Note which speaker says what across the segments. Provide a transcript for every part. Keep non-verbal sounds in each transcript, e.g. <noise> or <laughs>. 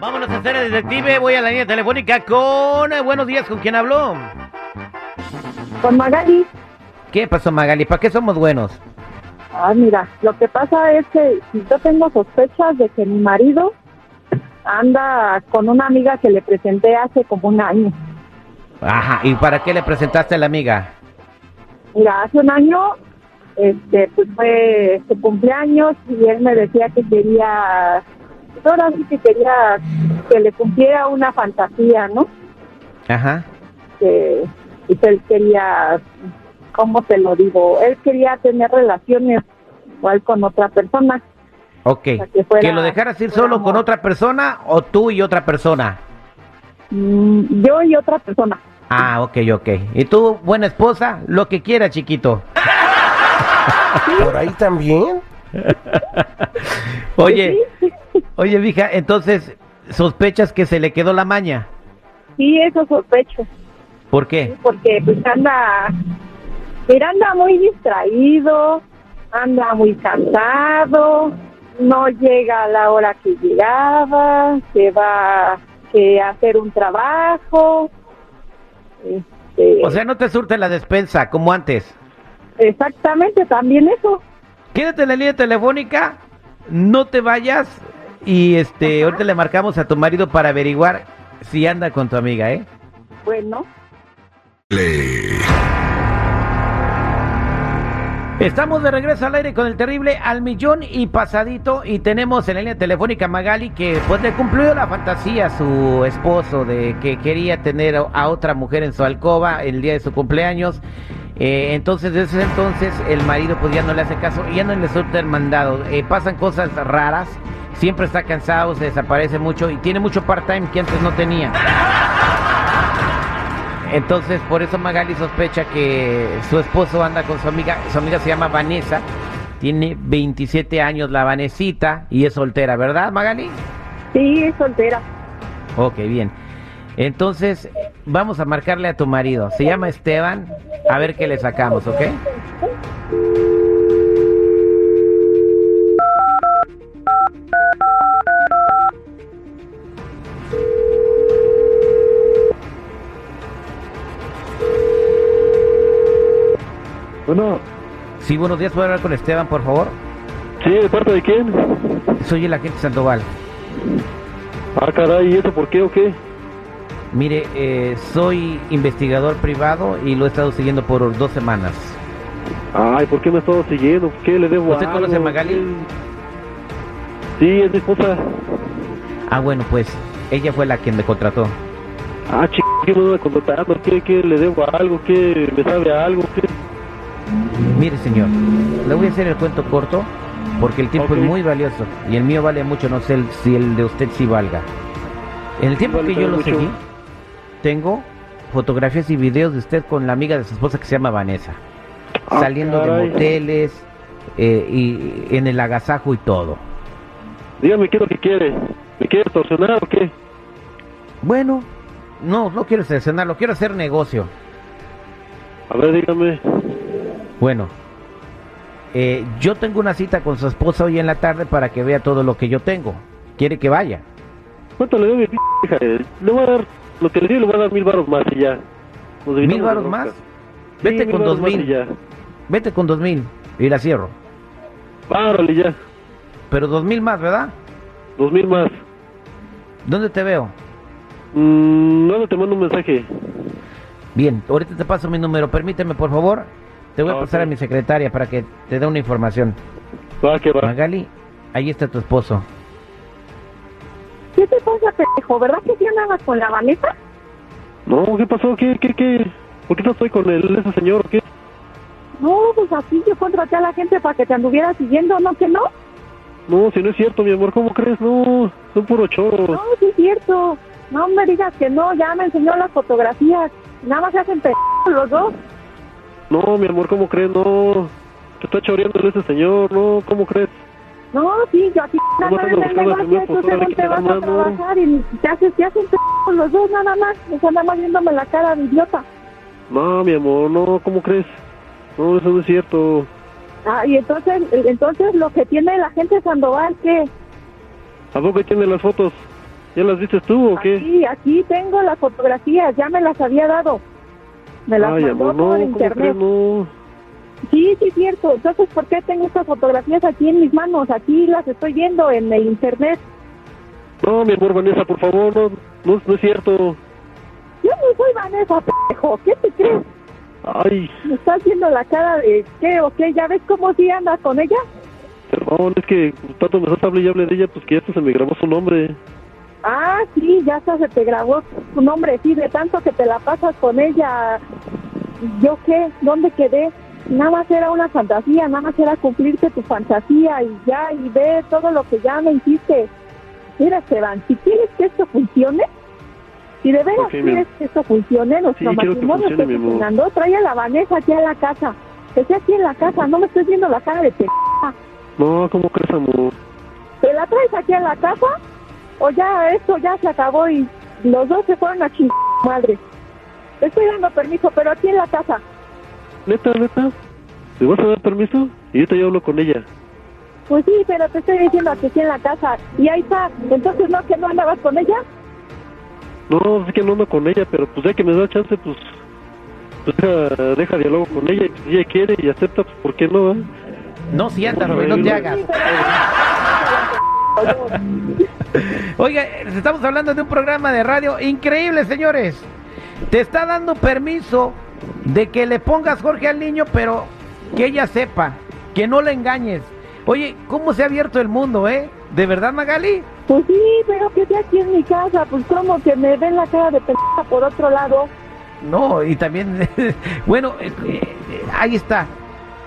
Speaker 1: Vámonos a hacer el detective. Voy a la línea telefónica con. eh, Buenos días, ¿con quién habló?
Speaker 2: Con Magali.
Speaker 1: ¿Qué pasó, Magali? ¿Para qué somos buenos?
Speaker 2: Ah, mira, lo que pasa es que yo tengo sospechas de que mi marido anda con una amiga que le presenté hace como un año.
Speaker 1: Ajá, ¿y para qué le presentaste a la amiga?
Speaker 2: Mira, hace un año este, pues fue su cumpleaños y él me decía que quería, pues, ahora sí que quería que le cumpliera una fantasía, ¿no?
Speaker 1: Ajá.
Speaker 2: Que pues, él quería, ¿cómo te lo digo? Él quería tener relaciones igual con otra persona.
Speaker 1: Ok.
Speaker 2: sea, que fuera-
Speaker 1: ¿Que lo dejaras ir
Speaker 2: fuera
Speaker 1: solo
Speaker 2: amor.
Speaker 1: con otra persona o tú y otra persona?
Speaker 2: Mm, yo y otra persona.
Speaker 1: Ah, ok, ok. ¿Y tú, buena esposa? Lo que quieras, chiquito.
Speaker 3: ¿Por ahí también?
Speaker 1: Oye, <laughs> oye, mija, entonces, ¿sospechas que se le quedó la maña?
Speaker 2: Sí, eso sospecho,
Speaker 1: ¿Por qué?
Speaker 2: porque pues anda, mira, anda muy distraído, anda muy cansado, no llega a la hora que llegaba, se va que a hacer un trabajo. este,
Speaker 1: O sea, no te surte la despensa como antes.
Speaker 2: exactamente, también eso.
Speaker 1: Quédate en la línea telefónica, no te vayas y este,
Speaker 2: Ajá.
Speaker 1: ahorita le marcamos a tu marido para averiguar si anda con tu amiga, ¿eh?
Speaker 2: Bueno,
Speaker 1: Estamos de regreso al aire con el terrible al millón y pasadito y tenemos en la línea telefónica a Magali que pues le cumplió la fantasía a su esposo de que quería tener a otra mujer en su alcoba el día de su cumpleaños. Eh, entonces desde ese entonces el marido pues ya no le hace caso y ya no le suelta el mandado. Eh, pasan cosas raras, siempre está cansado, se desaparece mucho y tiene mucho part-time que antes no tenía. Entonces, por eso Magali sospecha que su esposo anda con su amiga. Su amiga se llama Vanessa. Tiene 27 años la Vanesita y es soltera, ¿verdad, Magali?
Speaker 2: sí, es soltera.
Speaker 1: Ok, bien. Entonces, vamos a marcarle a tu marido. Se llama Esteban. A ver qué le sacamos, ¿ok?
Speaker 4: Bueno,
Speaker 1: Sí, buenos días. ¿Puedo hablar con Esteban, por favor?
Speaker 4: sí, ¿de parte de quién?
Speaker 1: Soy el agente Sandoval.
Speaker 4: Ah, caray, ¿y eso por qué o qué?
Speaker 1: Mire, eh, soy investigador privado y lo he estado siguiendo por dos semanas.
Speaker 4: Ay, ¿por qué me ha estado siguiendo? ¿Qué le debo
Speaker 1: ¿Usted
Speaker 4: a
Speaker 1: conoce a
Speaker 4: algo?
Speaker 1: Magali?
Speaker 4: Sí, es mi esposa.
Speaker 1: Ah, bueno, pues ella fue la quien me contrató.
Speaker 4: Ah, chico, ¿qué me anda contratando? ¿Qué, ¿Qué le debo a algo? ¿Qué me sabe a algo? ¿Qué?
Speaker 1: Mire, señor, le voy a hacer el cuento corto porque el tiempo
Speaker 4: Ok.
Speaker 1: es muy valioso y el mío vale mucho, no sé el- si el de usted sí valga. En el tiempo
Speaker 4: Vale
Speaker 1: que yo lo
Speaker 4: mucho.
Speaker 1: seguí, tengo fotografías y videos de usted con la amiga de su esposa que se llama Vanessa,
Speaker 4: Ah,
Speaker 1: saliendo de
Speaker 4: caray.
Speaker 1: moteles eh, y en el agasajo y todo.
Speaker 4: Dígame, ¿qué es lo que quiere? ¿Me quiere extorsionar o qué?
Speaker 1: Bueno, no, no quiero lo quiero hacer negocio.
Speaker 4: A ver, dígame.
Speaker 1: Bueno, eh, yo tengo una cita con su esposa hoy en la tarde para que vea todo lo que yo tengo. ¿Quiere que vaya?
Speaker 4: ¿Cuánto le debo a mi p hija? Eh, Le voy a dar, lo que le di le voy a dar mil baros más y ya. Nos evitamos
Speaker 1: ¿Mil varos
Speaker 4: la
Speaker 1: más?
Speaker 4: bronca. Sí,
Speaker 1: Vete con
Speaker 4: mil
Speaker 1: dos
Speaker 4: varos más y
Speaker 1: mil.
Speaker 4: ya.
Speaker 1: Vete con dos mil y la cierro.
Speaker 4: Párale ya.
Speaker 1: Pero dos mil más, ¿verdad?
Speaker 4: Dos mil más.
Speaker 1: ¿Dónde te veo?
Speaker 4: Mm, no, no te mando un mensaje.
Speaker 1: Bien, ahorita te paso mi número. Permíteme, por favor. Te voy a
Speaker 4: Ah,
Speaker 1: pasar
Speaker 4: ok.
Speaker 1: a mi secretaria para que te dé una información.
Speaker 4: Va, que va.
Speaker 1: Magali, ahí está tu esposo.
Speaker 2: ¿Qué te pasa, pendejo? ¿Verdad que sí andabas con la Vanessa?
Speaker 4: No, ¿qué pasó? ¿Qué, qué, qué? ¿Por qué no estoy con el, ese señor? ¿Qué?
Speaker 2: No, pues así yo contraté a la gente para que te anduviera siguiendo, ¿no que no?
Speaker 4: No, si no es cierto, mi amor, ¿cómo crees? No, son puro
Speaker 2: No,
Speaker 4: choro.
Speaker 2: sí es cierto. No me digas que no, ya me enseñó las fotografías. Nada más se hacen p los dos.
Speaker 4: No, mi amor, ¿cómo crees? No, te está choreando ese señor, no, ¿cómo crees?
Speaker 2: No, sí, yo aquí
Speaker 4: No,
Speaker 2: nada
Speaker 4: no,
Speaker 2: más en el
Speaker 4: no, no,
Speaker 2: negocio,
Speaker 4: no,
Speaker 2: tú según te
Speaker 4: no,
Speaker 2: vas
Speaker 4: no,
Speaker 2: a
Speaker 4: no.
Speaker 2: trabajar y ni- te haces, te hacen p los dos nada más. O sea, nada más viéndome la cara de idiota.
Speaker 4: No, mi amor, no, ¿cómo crees? No, eso no es cierto.
Speaker 2: Ah, y entonces, entonces lo que tiene la gente Sandoval, ¿qué?
Speaker 4: ¿A poco ahí tiene las fotos? ¿Ya las viste tú o qué?
Speaker 2: Aquí, aquí tengo las fotografías, ya me las había dado. Me las
Speaker 4: Ay,
Speaker 2: mandó
Speaker 4: amor, no,
Speaker 2: por
Speaker 4: ¿cómo
Speaker 2: internet.
Speaker 4: crees? No.
Speaker 2: Sí, sí, cierto. Entonces, ¿por qué tengo estas fotografías aquí en mis manos? Aquí las estoy viendo en el internet.
Speaker 4: No, mi amor, Vanessa, por favor, no, no, no es cierto.
Speaker 2: Yo no soy Vanessa, pendejo. ¿Qué te crees?
Speaker 4: Ay,
Speaker 2: Me está haciendo la cara de qué o qué. ¿Ya ves cómo sí andas con ella?
Speaker 4: perdón, es que tanto me estás hablando y hablé de ella, pues que esto se me grabó su nombre.
Speaker 2: Ah, sí, ya hasta se te grabó tu nombre. Sí, de tanto que te la pasas con ella. ¿Yo qué? ¿Dónde quedé? Nada más era una fantasía, nada más era cumplirte tu fantasía y ya, y ve todo lo que ya me hiciste. Mira, Esteban, si quieres que esto funcione, si de veras
Speaker 4: Ok, mi
Speaker 2: quieres que esto funcione, nuestro
Speaker 4: Sí, quiero que
Speaker 2: matrimonio
Speaker 4: funcione,
Speaker 2: esté
Speaker 4: mi amor.
Speaker 2: funcionando, trae a la Vanessa aquí a la casa. Que sea aquí en la casa, no me estés viendo la cara de pendeja.
Speaker 4: No, ¿cómo crees, amor?
Speaker 2: ¿Te la traes aquí a la casa? ¿O ya esto ya se acabó y los dos se fueron a chingar madre? Te estoy dando permiso, pero aquí en la casa.
Speaker 4: Neta, neta, ¿me vas a dar permiso? Y ahorita yo hablo con ella.
Speaker 2: Pues sí, pero te estoy diciendo que aquí en la casa. Y ahí está. Entonces, ¿no que no andabas con ella?
Speaker 4: No, es que no ando con ella, pero pues ya que me da chance, pues, pues deja, deja diálogo con ella. y Si ella quiere y acepta, pues ¿por qué no? eh?
Speaker 1: No, si andas, Rubén, no te hagas.
Speaker 2: Sí, pero-
Speaker 1: Oiga, eh, estamos hablando de un programa de radio increíble, señores. Te está dando permiso de que le pongas Jorge al niño, pero que ella sepa, que no la engañes. Oye, ¿cómo se ha abierto el mundo, eh? ¿De verdad, Magali?
Speaker 2: Pues sí, pero que sea aquí en mi casa. Pues como que me ven la cara de pendeja por otro lado.
Speaker 1: No, y también, <laughs> bueno, eh, eh, ahí está.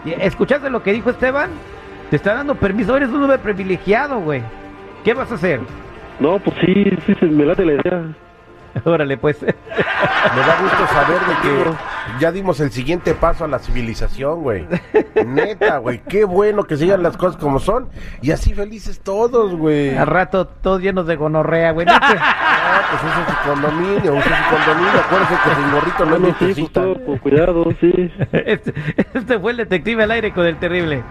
Speaker 1: ¿Escuchaste lo que dijo Esteban? Te está dando permiso, eres un hombre privilegiado, güey. ¿Qué vas a hacer?
Speaker 4: No, pues sí, sí, se me late la idea.
Speaker 1: <laughs> Órale, pues.
Speaker 3: Me da gusto saber de que ya dimos el siguiente paso a la civilización, güey. Neta, güey. Qué bueno que sigan las cosas como son. Y así felices todos, güey.
Speaker 1: Al rato, todos llenos de gonorrea, güey. <laughs> Vete.
Speaker 3: Ah, pues usa su condominio, usa su condominio. Acuérdense que sin gorrito no
Speaker 4: No, sí, pues,
Speaker 3: Ah,
Speaker 1: <laughs>
Speaker 3: necesitan.
Speaker 4: todo con cuidado, sí.
Speaker 1: Este, este fue el detective al aire con el terrible.